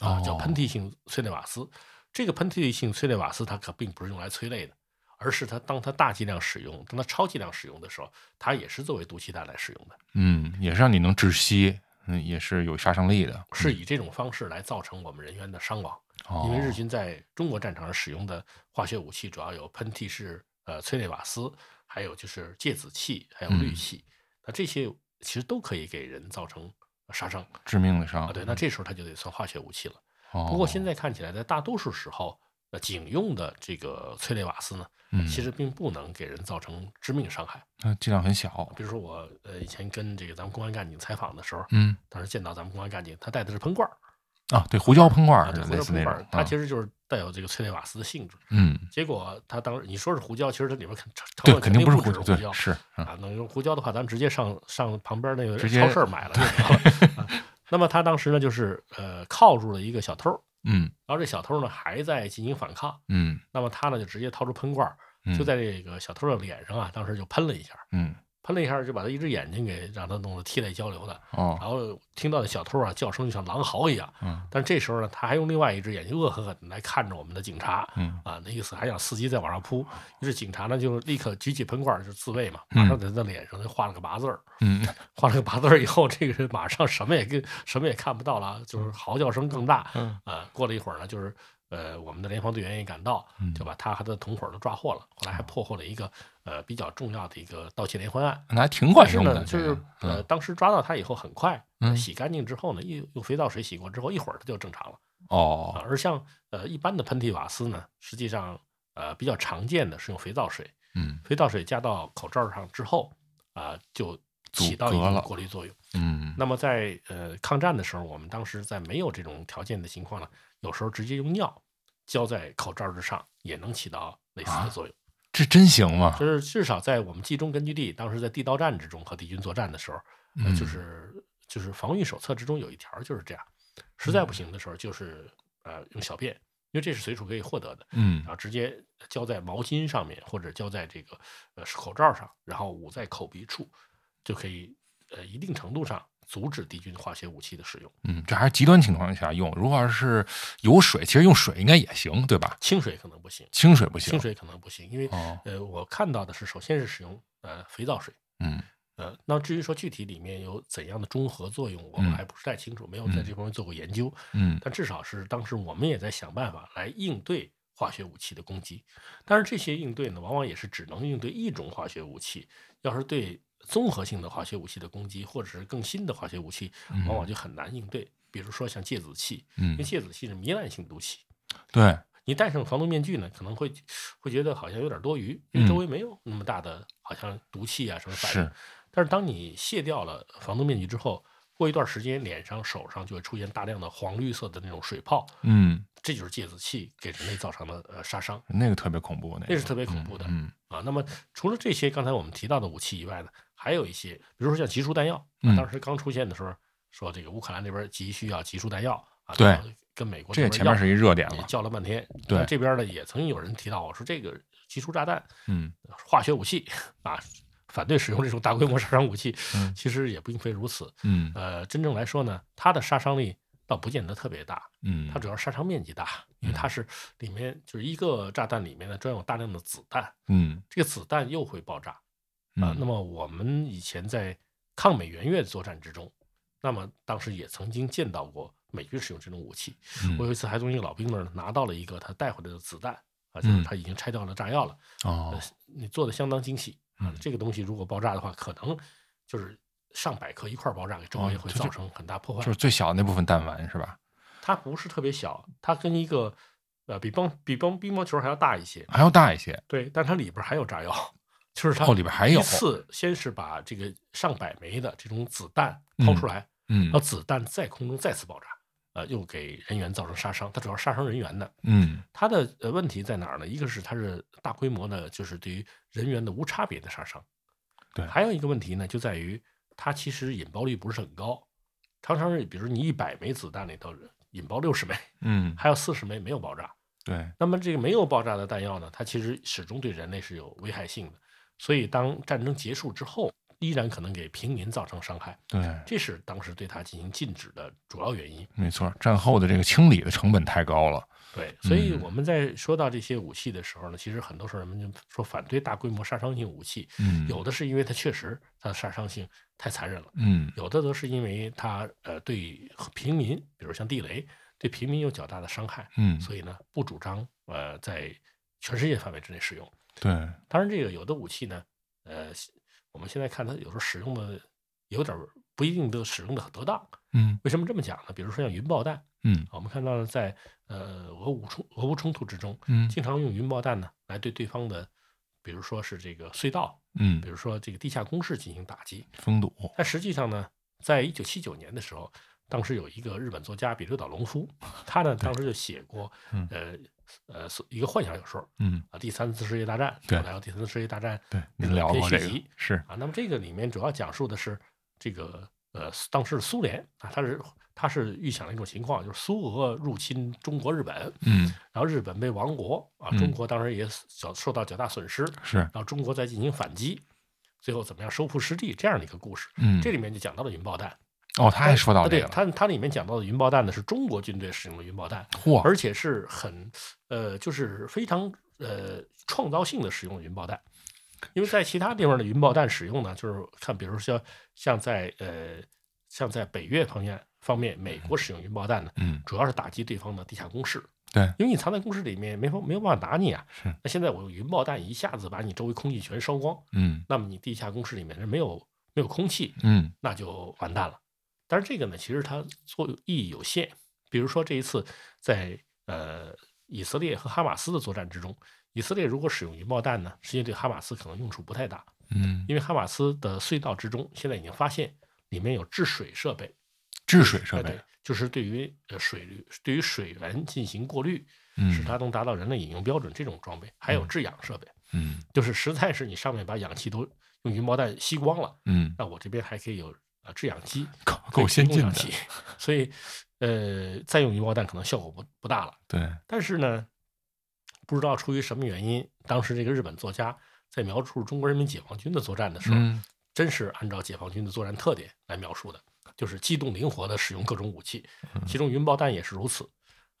[SPEAKER 3] 啊、
[SPEAKER 2] 哦
[SPEAKER 3] 叫喷嚏性催泪瓦斯。这个喷嚏性催泪瓦斯，它可并不是用来催泪的，而是它当它大剂量使用，当它超剂量使用的时候，它也是作为毒气弹来使用的，
[SPEAKER 2] 嗯，也是让你能窒息，嗯，也是有杀伤力的，嗯
[SPEAKER 3] 是以这种方式来造成我们人员的伤亡。
[SPEAKER 2] 哦
[SPEAKER 3] 因为日军在中国战场上使用的化学武器主要有喷嚏式呃催泪瓦斯，还有就是芥子气，还有氯
[SPEAKER 2] 嗯
[SPEAKER 3] 气。那这些其实都可以给人造成呃杀伤
[SPEAKER 2] 哦致命的伤
[SPEAKER 3] 啊。对，那这时候它就得算化学武器了。
[SPEAKER 2] 哦
[SPEAKER 3] 不过现在看起来，在大多数时候，呃，警用的这个催泪瓦斯呢，
[SPEAKER 2] 嗯
[SPEAKER 3] 其实并不能给人造成致命伤害。
[SPEAKER 2] 那剂量很小，
[SPEAKER 3] 比如说我呃以前跟这个咱们公安干警采访的时候，
[SPEAKER 2] 嗯
[SPEAKER 3] 当时见到咱们公安干警，他带的是喷罐儿
[SPEAKER 2] 啊，对，胡椒喷罐
[SPEAKER 3] 啊，
[SPEAKER 2] 儿
[SPEAKER 3] 对，胡
[SPEAKER 2] 类
[SPEAKER 3] 椒
[SPEAKER 2] 似那
[SPEAKER 3] 喷罐儿
[SPEAKER 2] 种，，
[SPEAKER 3] 它
[SPEAKER 2] 啊
[SPEAKER 3] 其实就是带有这个催泪瓦斯的性质。
[SPEAKER 2] 嗯，
[SPEAKER 3] 结果他当时你说是胡椒，其实它里面肯
[SPEAKER 2] 对，肯定不
[SPEAKER 3] 不
[SPEAKER 2] 是
[SPEAKER 3] 只
[SPEAKER 2] 胡
[SPEAKER 3] 是
[SPEAKER 2] 对
[SPEAKER 3] 椒，
[SPEAKER 2] 是嗯
[SPEAKER 3] 啊，能用胡椒的话，咱们直接上上旁边那个
[SPEAKER 2] 直接
[SPEAKER 3] 超市买了就得 了。啊那么他当时呢，就是呃铐住了一个小偷，
[SPEAKER 2] 嗯
[SPEAKER 3] 然后这小偷呢还在进行反抗，
[SPEAKER 2] 嗯
[SPEAKER 3] 那么他呢就直接掏出喷罐儿，
[SPEAKER 2] 嗯，
[SPEAKER 3] 就在这个小偷的脸上啊，当时就喷了一下，
[SPEAKER 2] 嗯
[SPEAKER 3] 喷了一下就把他一只眼睛给让他弄得涕泪交流的。然
[SPEAKER 2] 哦
[SPEAKER 3] 后听到那小偷啊叫声就像狼嚎一样，
[SPEAKER 2] 嗯
[SPEAKER 3] 但这时候呢，他还用另外一只眼睛恶狠狠地来看着我们的警察，
[SPEAKER 2] 嗯
[SPEAKER 3] 啊，那意思还想伺机再往上扑。于是警察呢就立刻举起喷罐儿就自卫嘛，马上在他脸上就画了个八字儿，
[SPEAKER 2] 嗯
[SPEAKER 3] 画了个八字儿以后，这个人马上什么也跟什么也看不到了，就是嚎叫声更大。
[SPEAKER 2] 嗯
[SPEAKER 3] 啊，过了一会儿呢，就是呃，我们的联防队员也赶到，
[SPEAKER 2] 嗯
[SPEAKER 3] 就把他和他的同伙都抓获了。后来还破获了一个呃比较重要的一个盗窃连环案。
[SPEAKER 2] 那还挺
[SPEAKER 3] 但
[SPEAKER 2] 管
[SPEAKER 3] 是
[SPEAKER 2] 用
[SPEAKER 3] 呢，
[SPEAKER 2] 的，这
[SPEAKER 3] 就是
[SPEAKER 2] 个
[SPEAKER 3] 呃，
[SPEAKER 2] 嗯
[SPEAKER 3] 当时抓到他以后，很快、呃
[SPEAKER 2] 嗯
[SPEAKER 3] 洗干净之后呢，又用肥皂水洗过之后，一会儿他就正常了。啊
[SPEAKER 2] 哦，
[SPEAKER 3] 而像呃一般的喷嚏瓦斯呢，实际上呃比较常见的是用肥皂水，
[SPEAKER 2] 嗯
[SPEAKER 3] 肥皂水加到口罩上之后啊、就起到一
[SPEAKER 2] 阻隔了
[SPEAKER 3] 定过滤作用。
[SPEAKER 2] 嗯
[SPEAKER 3] 那么在呃抗战的时候，我们当时在没有这种条件的情况呢，有时候直接用尿浇在口罩之上，也能起到类似
[SPEAKER 2] 啊
[SPEAKER 3] 的作用。
[SPEAKER 2] 这真行吗？
[SPEAKER 3] 就是至少在我们冀中根据地，当时在地道战之中和敌军作战的时候，呃、
[SPEAKER 2] 嗯
[SPEAKER 3] 就是就是防御手册之中有一条就是这样，实
[SPEAKER 2] 嗯
[SPEAKER 3] 在不行的时候就是呃用小便，因为这是随处可以获得的，
[SPEAKER 2] 嗯
[SPEAKER 3] 然后直接浇在毛巾上面或者浇在这个呃口罩上，然后捂在口鼻处，就可以呃一定程度上阻止敌军化学武器的使用。
[SPEAKER 2] 嗯，这还是极端情况下用。如果要是有水，其实用水应该也行，对吧？
[SPEAKER 3] 清水可能不行，
[SPEAKER 2] 清水不行
[SPEAKER 3] 清。水可能不行，因为、
[SPEAKER 2] 哦，
[SPEAKER 3] 呃我看到的是首先是使用呃肥皂水。
[SPEAKER 2] 嗯
[SPEAKER 3] 呃，那至于说具体里面有怎样的中和作用，我们
[SPEAKER 2] 嗯
[SPEAKER 3] 还不是太清楚，没有在这方面做过研究。
[SPEAKER 2] 嗯
[SPEAKER 3] 但至少是当时我们也在想办法来应对化学武器的攻击。但是这些应对呢，往往也是只能应对一种化学武器。要是对综合性的化学武器的攻击，或者是更新的化学武器，往往就很难应对。比如说像芥子气，因为
[SPEAKER 2] 嗯，
[SPEAKER 3] 芥子气是糜烂性毒气，
[SPEAKER 2] 对，
[SPEAKER 3] 你戴上防毒面具呢，可能会会觉得好像有点多余，因为周围没有那么大的好像毒气啊什么反
[SPEAKER 2] 嗯
[SPEAKER 3] 应
[SPEAKER 2] 是。
[SPEAKER 3] 但是当你卸掉了防毒面具之后，过一段时间，脸上、手上就会出现大量的黄绿色的那种水泡，
[SPEAKER 2] 嗯，
[SPEAKER 3] 这就是芥子气给人类造成的呃杀伤
[SPEAKER 2] 那个特别恐怖，那
[SPEAKER 3] 那
[SPEAKER 2] 个
[SPEAKER 3] 是特别恐怖的
[SPEAKER 2] 嗯
[SPEAKER 3] 啊。那么除了这些刚才我们提到的武器以外呢，还有一些，比如说像集束弹药，啊
[SPEAKER 2] 嗯
[SPEAKER 3] 当时刚出现的时候，说这个乌克兰那边急需要集束弹药啊，
[SPEAKER 2] 对，
[SPEAKER 3] 跟美国
[SPEAKER 2] 这
[SPEAKER 3] 这
[SPEAKER 2] 也
[SPEAKER 3] 边
[SPEAKER 2] 前面
[SPEAKER 3] 要
[SPEAKER 2] 是一热点
[SPEAKER 3] 也
[SPEAKER 2] 了。
[SPEAKER 3] 叫了半天，
[SPEAKER 2] 对
[SPEAKER 3] 那这边呢也曾经有人提到我说这个集束炸弹
[SPEAKER 2] 嗯
[SPEAKER 3] 化学武器啊，反对使用这种大规模杀伤武器，
[SPEAKER 2] 嗯
[SPEAKER 3] 其实也并非如此。
[SPEAKER 2] 嗯
[SPEAKER 3] 呃，真正来说呢，它的杀伤力倒不见得特别大，
[SPEAKER 2] 嗯，
[SPEAKER 3] 它主要是杀伤面积大，因为它是里面就是一个炸弹里面呢装有大量的子弹，
[SPEAKER 2] 嗯
[SPEAKER 3] 这个子弹又会爆炸啊、
[SPEAKER 2] 嗯
[SPEAKER 3] 那么我们以前在抗美援越作战之中，那么当时也曾经见到过美军使用这种武器。
[SPEAKER 2] 嗯
[SPEAKER 3] 我有一次还从一个老兵那儿拿到了一个他带回来的子弹啊，就是
[SPEAKER 2] 嗯
[SPEAKER 3] 他已经拆掉了炸药了，
[SPEAKER 2] 哦
[SPEAKER 3] 呃，你做的相当精细啊
[SPEAKER 2] 嗯。
[SPEAKER 3] 这个东西如果爆炸的话，可能就是上百颗一块儿爆炸，给周围
[SPEAKER 2] 哦
[SPEAKER 3] 会
[SPEAKER 2] 这就
[SPEAKER 3] 造成很大破坏。
[SPEAKER 2] 就是最小的那部分弹丸是吧？
[SPEAKER 3] 它不是特别小，它跟一个呃比棒比棒乒乓球还要大一些，
[SPEAKER 2] 还要大一些。
[SPEAKER 3] 对，但它里边还有炸药， 就是它
[SPEAKER 2] 哦，里边还有
[SPEAKER 3] 依，次先是把这个上百枚的这种子弹抛出来，
[SPEAKER 2] 嗯
[SPEAKER 3] 然后子弹在空中再次爆炸，呃，又给人员造成杀伤。它主要杀伤人员的。
[SPEAKER 2] 嗯
[SPEAKER 3] 它的呃问题在哪儿呢？一个是它是大规模的，就是对于人员的无差别的杀伤。
[SPEAKER 2] 对
[SPEAKER 3] 还有一个问题呢，就在于它其实引爆率不是很高，常常是比如你一百枚子弹里头引爆六十枚，
[SPEAKER 2] 嗯，
[SPEAKER 3] 还有四十枚没有爆炸。
[SPEAKER 2] 对，
[SPEAKER 3] 那么这个没有爆炸的弹药呢，它其实始终对人类是有危害性的，所以当战争结束之后，依然可能给平民造成伤害，
[SPEAKER 2] 对，
[SPEAKER 3] 这是当时对它进行禁止的主要原因。
[SPEAKER 2] 没错，战后的这个清理的成本太高了，
[SPEAKER 3] 对，所以我们在说到这些武器的时候呢，其实很多时候人们就说反对大规模杀伤性武器，
[SPEAKER 2] 嗯，
[SPEAKER 3] 有的是因为它确实它的杀伤性太残忍了，
[SPEAKER 2] 嗯
[SPEAKER 3] 有的则是因为它呃对平民，比如像地雷，对平民有较大的伤害，
[SPEAKER 2] 嗯，
[SPEAKER 3] 所以呢不主张呃在全世界范围之内使用。
[SPEAKER 2] 对，
[SPEAKER 3] 当然，这个有的武器呢，呃，我们现在看它有时候使用的有点儿不一定都使用的得当。
[SPEAKER 2] 嗯
[SPEAKER 3] 为什么这么讲呢？比如说像云爆弹，啊
[SPEAKER 2] 嗯
[SPEAKER 3] 我们看到在呃俄乌冲俄乌冲突之中，
[SPEAKER 2] 嗯
[SPEAKER 3] 经常用云爆弹呢来对对方的，比如说是这个隧道，
[SPEAKER 2] 嗯
[SPEAKER 3] 比，如说这个地下工事进行打击。
[SPEAKER 2] 封堵，
[SPEAKER 3] 但实际上呢，在一九七九年的时候，当时有一个日本作家比留岛隆夫，他呢当时就写过
[SPEAKER 2] 嗯，
[SPEAKER 3] 呃呃一个幻想小说
[SPEAKER 2] 嗯，
[SPEAKER 3] 啊，第三次世界大战，
[SPEAKER 2] 对
[SPEAKER 3] 后来有第三次世界大战
[SPEAKER 2] 对，
[SPEAKER 3] 那
[SPEAKER 2] 您
[SPEAKER 3] 个
[SPEAKER 2] 聊
[SPEAKER 3] 片
[SPEAKER 2] 过
[SPEAKER 3] 续
[SPEAKER 2] 这个
[SPEAKER 3] 集
[SPEAKER 2] 是，
[SPEAKER 3] 啊。那么这个里面主要讲述的是这个呃，当时苏联啊，它是它是预想了一种情况，就是苏俄入侵中国日本，
[SPEAKER 2] 嗯
[SPEAKER 3] 然后日本被亡国啊，
[SPEAKER 2] 嗯
[SPEAKER 3] 中国当时也受受到较大损失，然
[SPEAKER 2] 是，
[SPEAKER 3] 后中国再进行反击，最后怎么样收复失地这样的一个故事。
[SPEAKER 2] 嗯，
[SPEAKER 3] 这里面就讲到了云爆弹，
[SPEAKER 2] 哦，他还说到
[SPEAKER 3] 啊
[SPEAKER 2] 这
[SPEAKER 3] 对
[SPEAKER 2] 个了，哦
[SPEAKER 3] 它它里面讲到的云爆弹呢是中国军队使用的云爆弹，
[SPEAKER 2] 嚯，
[SPEAKER 3] 而且是很呃，就是非常呃创造性的使用了云爆弹，因为在其他地方的云爆弹使用呢，就是看，比如说像像在呃像在北越方面方面，美国使用云爆弹呢，
[SPEAKER 2] 嗯，
[SPEAKER 3] 主要是打击对方的地下工事，
[SPEAKER 2] 对，
[SPEAKER 3] 因为你藏在工事里面没法没有办法打你啊
[SPEAKER 2] 是。
[SPEAKER 3] 那现在我用云爆弹一下子把你周围空气全烧光，
[SPEAKER 2] 嗯
[SPEAKER 3] 那么你地下工事里面是没有没有空气，
[SPEAKER 2] 嗯
[SPEAKER 3] 那就完蛋了。但是这个呢，其实它作用意义有限。比如说这一次在呃以色列和哈马斯的作战之中，以色列如果使用云爆弹呢，实际对哈马斯可能用处不太大，
[SPEAKER 2] 嗯，
[SPEAKER 3] 因为哈马斯的隧道之中现在已经发现里面有治水设备，
[SPEAKER 2] 治水
[SPEAKER 3] 哎
[SPEAKER 2] 设备
[SPEAKER 3] 对，就是对于呃水流对于水源进行过滤，使
[SPEAKER 2] 嗯
[SPEAKER 3] 它能达到人类饮用标准这种装备，还有制氧设备，
[SPEAKER 2] 嗯
[SPEAKER 3] 就是实在是你上面把氧气都用云爆弹吸光了，
[SPEAKER 2] 嗯，
[SPEAKER 3] 那我这边还可以有呃制氧机，
[SPEAKER 2] 够够先进
[SPEAKER 3] 的
[SPEAKER 2] 的，，
[SPEAKER 3] 所以呃，再用云爆弹可能效果不不大了。
[SPEAKER 2] 对，
[SPEAKER 3] 但是呢，不知道出于什么原因，当时这个日本作家在描述中国人民解放军的作战的时候，
[SPEAKER 2] 嗯
[SPEAKER 3] 真是按照解放军的作战特点来描述的，就是机动灵活的使用各种武器，
[SPEAKER 2] 嗯
[SPEAKER 3] 其中云爆弹也是如此。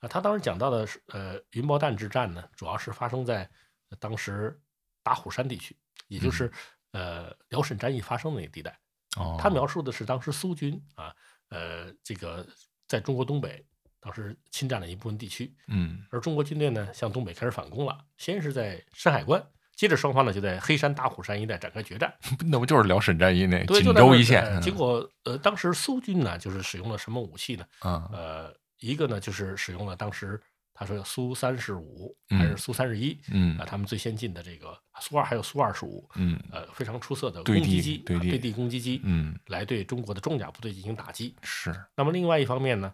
[SPEAKER 3] 啊，他当时讲到的是，呃，云爆弹之战呢，主要是发生在呃当时打虎山地区，
[SPEAKER 2] 嗯
[SPEAKER 3] 也就是呃辽沈战役发生的那个地带。
[SPEAKER 2] 哦，
[SPEAKER 3] 他描述的是当时苏军啊，呃，这个在中国东北当时侵占了一部分地区，
[SPEAKER 2] 嗯
[SPEAKER 3] 而中国军队呢向东北开始反攻了，先是在山海关，接着双方呢就在黑山、大虎山一带展开决战。
[SPEAKER 2] 那不就是辽沈战役那
[SPEAKER 3] 对，
[SPEAKER 2] 锦
[SPEAKER 3] 就在那
[SPEAKER 2] 州
[SPEAKER 3] 儿
[SPEAKER 2] 一
[SPEAKER 3] 呃
[SPEAKER 2] 线？嗯
[SPEAKER 3] 结果呃，当时苏军呢就是使用了什么武器呢？
[SPEAKER 2] 啊，
[SPEAKER 3] 呃，一个呢就是使用了当时他说苏三十五还是
[SPEAKER 2] 嗯
[SPEAKER 3] 苏三十一
[SPEAKER 2] 嗯
[SPEAKER 3] 啊，他们最先进的这个苏二还有苏二十五，
[SPEAKER 2] 嗯
[SPEAKER 3] 呃，非常出色的
[SPEAKER 2] 对
[SPEAKER 3] 攻击
[SPEAKER 2] 地
[SPEAKER 3] 机、
[SPEAKER 2] 对
[SPEAKER 3] 啊
[SPEAKER 2] 地
[SPEAKER 3] 对地攻击机，
[SPEAKER 2] 嗯
[SPEAKER 3] 来对中国的重甲部队进行打击。
[SPEAKER 2] 是，
[SPEAKER 3] 那么另外一方面呢，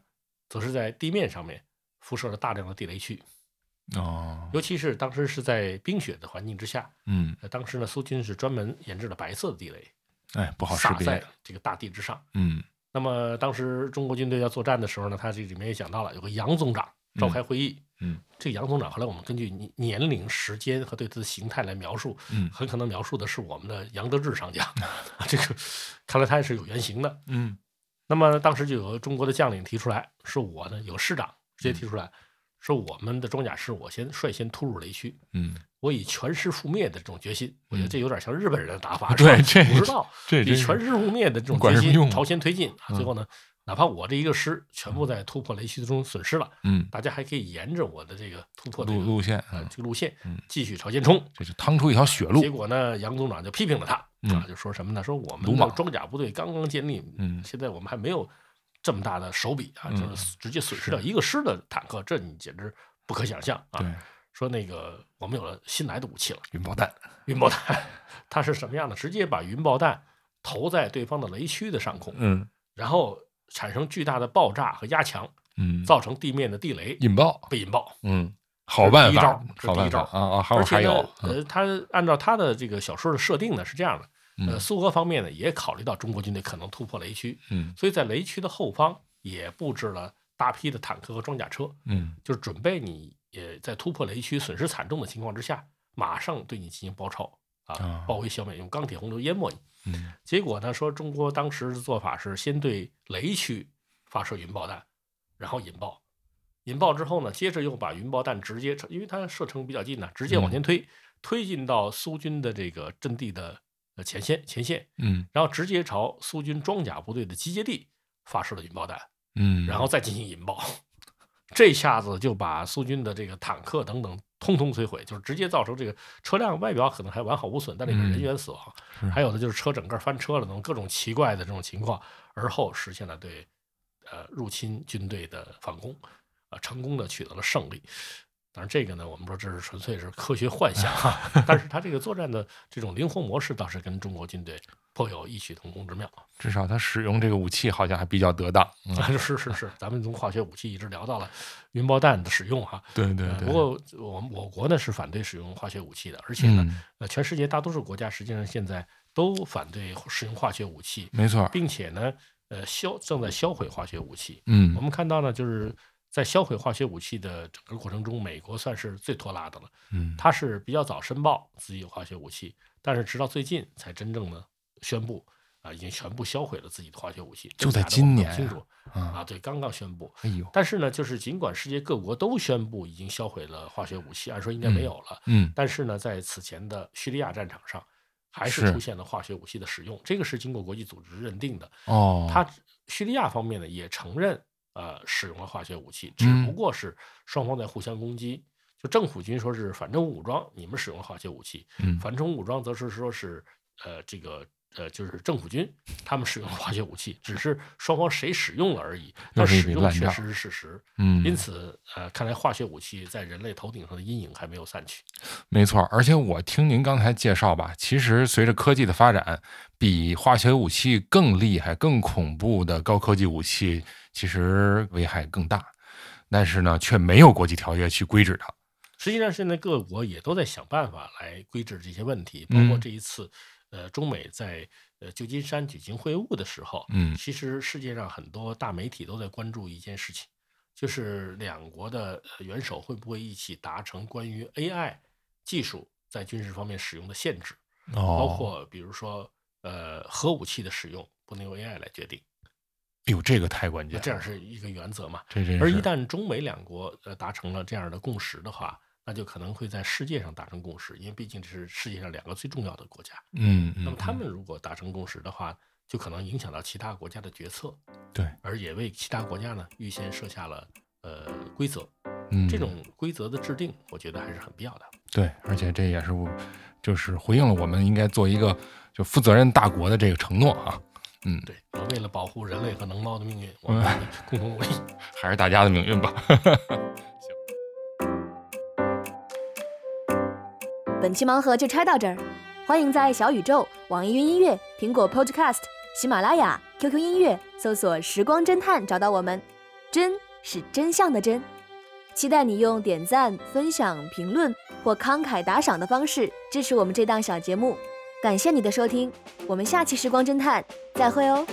[SPEAKER 3] 则是在地面上面辐射了大量的地雷区，
[SPEAKER 2] 哦，
[SPEAKER 3] 尤其是当时是在冰雪的环境之下，
[SPEAKER 2] 嗯，
[SPEAKER 3] 呃当时呢苏军是专门研制了白色的地雷，
[SPEAKER 2] 哎，不好识
[SPEAKER 3] 撒在
[SPEAKER 2] 别，
[SPEAKER 3] 这个大地之上。
[SPEAKER 2] 嗯
[SPEAKER 3] 那么当时中国军队要作战的时候呢，他这里面也讲到了有个杨总长召开会议，
[SPEAKER 2] 嗯嗯
[SPEAKER 3] 这个杨总长后来我们根据年年龄、时间和对他的形态来描述，
[SPEAKER 2] 嗯
[SPEAKER 3] 很可能描述的是我们的杨得志上将， 这个看来他也是有原型的。
[SPEAKER 2] 嗯
[SPEAKER 3] 那么当时就有中国的将领提出来，说我呢有师长直
[SPEAKER 2] 嗯
[SPEAKER 3] 接提出来，说我们的装甲师我先率先突入雷区，
[SPEAKER 2] 嗯，
[SPEAKER 3] 我以全师覆灭的这种决心，我觉得这有点像日本人的打法，
[SPEAKER 2] 啊对
[SPEAKER 3] 是
[SPEAKER 2] 这
[SPEAKER 3] 吧不知道
[SPEAKER 2] 这
[SPEAKER 3] 以
[SPEAKER 2] 真是
[SPEAKER 3] 全师覆灭的这种
[SPEAKER 2] 管
[SPEAKER 3] 决
[SPEAKER 2] 什么用
[SPEAKER 3] 心
[SPEAKER 2] 啊
[SPEAKER 3] 朝前推进啊，最后呢，哪怕我这一个师全部在突破雷区中损失了，
[SPEAKER 2] 嗯
[SPEAKER 3] 大家还可以沿着我的这个突破这
[SPEAKER 2] 路
[SPEAKER 3] 个
[SPEAKER 2] 路线，
[SPEAKER 3] 呃
[SPEAKER 2] 嗯
[SPEAKER 3] 这个路线
[SPEAKER 2] 嗯
[SPEAKER 3] 继续朝前冲。
[SPEAKER 2] 这就趟出一条血路嗯
[SPEAKER 3] 结，果呢，杨总长就批评了他啊，就说什么呢？说我
[SPEAKER 2] 鲁
[SPEAKER 3] 们的
[SPEAKER 2] 莽
[SPEAKER 3] 装甲部队刚刚建立，
[SPEAKER 2] 嗯
[SPEAKER 3] 现在我们还没有这么大的手笔啊，
[SPEAKER 2] 嗯
[SPEAKER 3] 就是直接损失掉一个师的坦克，这你简直不可想象啊。
[SPEAKER 2] 对，
[SPEAKER 3] 说那个我们有了新来的武器了，
[SPEAKER 2] 云炮弹，
[SPEAKER 3] 云爆 弹，它是什么样的？直接把云爆弹投在对方的雷区的上空，
[SPEAKER 2] 嗯
[SPEAKER 3] 然后产生巨大的爆炸和压强，
[SPEAKER 2] 嗯，
[SPEAKER 3] 造成地面的地雷
[SPEAKER 2] 引爆，
[SPEAKER 3] 被引爆。
[SPEAKER 2] 嗯，好办法
[SPEAKER 3] 这是第
[SPEAKER 2] 好办法
[SPEAKER 3] 一，招这是第一招
[SPEAKER 2] 啊啊，还有
[SPEAKER 3] 而且
[SPEAKER 2] 还
[SPEAKER 3] 呢
[SPEAKER 2] 有，，嗯
[SPEAKER 3] 呃，他按照他的这个小说的设定呢是这样的，呃，
[SPEAKER 2] 嗯
[SPEAKER 3] 苏俄方面呢也考虑到中国军队可能突破雷区，
[SPEAKER 2] 嗯
[SPEAKER 3] 所以在雷区的后方也布置了大批的坦克和装甲车，
[SPEAKER 2] 嗯
[SPEAKER 3] 就是准备你也在突破雷区损失惨重的情况之下，马上对你进行包抄
[SPEAKER 2] 啊
[SPEAKER 3] 啊，包围消灭，用钢铁洪流淹没你。
[SPEAKER 2] 嗯
[SPEAKER 3] 结果呢，说中国当时的做法是先对雷区发射云爆弹，然后引爆，引爆之后呢，接着又把云爆弹直接，因为它射程比较近呢，直接往前推，推进到苏军的这个阵地的呃前线前线，
[SPEAKER 2] 嗯
[SPEAKER 3] 然后直接朝苏军装甲部队的集结地发射了云爆弹，
[SPEAKER 2] 嗯，
[SPEAKER 3] 然后再进行引爆。 这下子就把苏军的这个坦克等等通通摧毁，就是直接造成这个车辆外表可能还完好无损，但里面
[SPEAKER 2] 嗯
[SPEAKER 3] 人员死亡，
[SPEAKER 2] 是
[SPEAKER 3] 还有的就是车整个翻车了等各种奇怪的这种情况，而后实现了对呃入侵军队的反攻，啊、成功的取得了胜利。当然，这个呢，我们说这是纯粹是科学幻想啊， 但是他这个作战的这种灵活模式倒是跟中国军队颇有异曲同工之妙。
[SPEAKER 2] 至少他使用这个武器好像还比较得当，嗯
[SPEAKER 3] 啊，是是是，咱们从化学武器一直聊到了云爆弹的使用哈。
[SPEAKER 2] 对对
[SPEAKER 3] 呃
[SPEAKER 2] 对，
[SPEAKER 3] 不过我们我国呢是反对使用化学武器的，而且呢，
[SPEAKER 2] 嗯，
[SPEAKER 3] 呃，全世界大多数国家实际上现在都反对使用化学武器，
[SPEAKER 2] 没错，
[SPEAKER 3] 并且呢，呃，销正在销毁化学武器。
[SPEAKER 2] 嗯
[SPEAKER 3] 我们看到呢，就是在销毁化学武器的整个过程中，美国算是最拖拉的了。
[SPEAKER 2] 嗯
[SPEAKER 3] 它是比较早申报自己有化学武器，但是直到最近才真正的宣布啊、已经全部销毁了自己的化学武器。
[SPEAKER 2] 就在
[SPEAKER 3] 真假的
[SPEAKER 2] 今
[SPEAKER 3] 我不
[SPEAKER 2] 年啊
[SPEAKER 3] 清楚
[SPEAKER 2] 啊，
[SPEAKER 3] 啊，对，刚刚宣布。
[SPEAKER 2] 哎呦，
[SPEAKER 3] 但是呢，就是尽管世界各国都宣布已经销毁了化学武器，按说应该没有了，
[SPEAKER 2] 嗯
[SPEAKER 3] 但是呢，在此前的叙利亚战场上，还
[SPEAKER 2] 是
[SPEAKER 3] 是出现了化学武器的使用，这个是经过国际组织认定的。
[SPEAKER 2] 哦，
[SPEAKER 3] 他叙利亚方面呢也承认呃使用了化学武器，只
[SPEAKER 2] 嗯
[SPEAKER 3] 不过是双方在互相攻击。就政府军说是反政府武装，你们使用了化学武器；
[SPEAKER 2] 嗯
[SPEAKER 3] 反政府武装则是说是呃这个呃就是政府军他们使用了化学武器，只是双方谁使用了而已。
[SPEAKER 2] 又
[SPEAKER 3] 但
[SPEAKER 2] 是一
[SPEAKER 3] 使
[SPEAKER 2] 笔
[SPEAKER 3] 用
[SPEAKER 2] 烂
[SPEAKER 3] 确
[SPEAKER 2] 账
[SPEAKER 3] 实是事实，
[SPEAKER 2] 嗯，
[SPEAKER 3] 因此呃看来化学武器在人类头顶上的阴影还没有散去。
[SPEAKER 2] 没错，而且我听您刚才介绍吧，其实随着科技的发展，比化学武器更厉害、更恐怖的高科技武器，其实危害更大，但是呢，却没有国际条约去规制它。
[SPEAKER 3] 实际上，现在各国也都在想办法来规制这些问题，包
[SPEAKER 2] 嗯
[SPEAKER 3] 括这一次，呃，中美在呃旧金山举行会晤的时候，
[SPEAKER 2] 嗯
[SPEAKER 3] 其实世界上很多大媒体都在关注一件事情，就是两国的呃元首会不会一起达成关于 AI 技术在军事方面使用的限制，包
[SPEAKER 2] 哦
[SPEAKER 3] 括比如说呃核武器的使用不能由 AI 来决定，
[SPEAKER 2] 哎呦，这个太关键了，
[SPEAKER 3] 这样是一个原则嘛？
[SPEAKER 2] 这真是
[SPEAKER 3] 而一旦中美两国呃达成了这样的共识的话，那就可能会在世界上达成共识，因为毕竟这是世界上两个最重要的国家。
[SPEAKER 2] 嗯，嗯
[SPEAKER 3] 那么他
[SPEAKER 2] 嗯
[SPEAKER 3] 们如果达成共识的话，就可能影响到其他国家的决策，
[SPEAKER 2] 对，
[SPEAKER 3] 而也为其他国家呢预先设下了呃规则。
[SPEAKER 2] 嗯
[SPEAKER 3] 这种规则的制定，我觉得还是很必要的。
[SPEAKER 2] 对，而且这也是我，就是回应了我们应该做一个就负责任大国的这个承诺啊。嗯，
[SPEAKER 3] 对，为了保护人类和能猫的命运，我们 共同努力。
[SPEAKER 2] 还是大家的命运吧。
[SPEAKER 4] 本期盲盒就拆到这儿，欢迎在小宇宙、网易云音乐、苹果 Podcast、喜马拉雅、QQ 音乐搜索“时光侦探”找到我们。真是真相的真，期待你用点赞、分享、评论或慷慨打赏的方式支持我们这档小节目。感谢你的收听，我们下期《时光侦探》再会哦。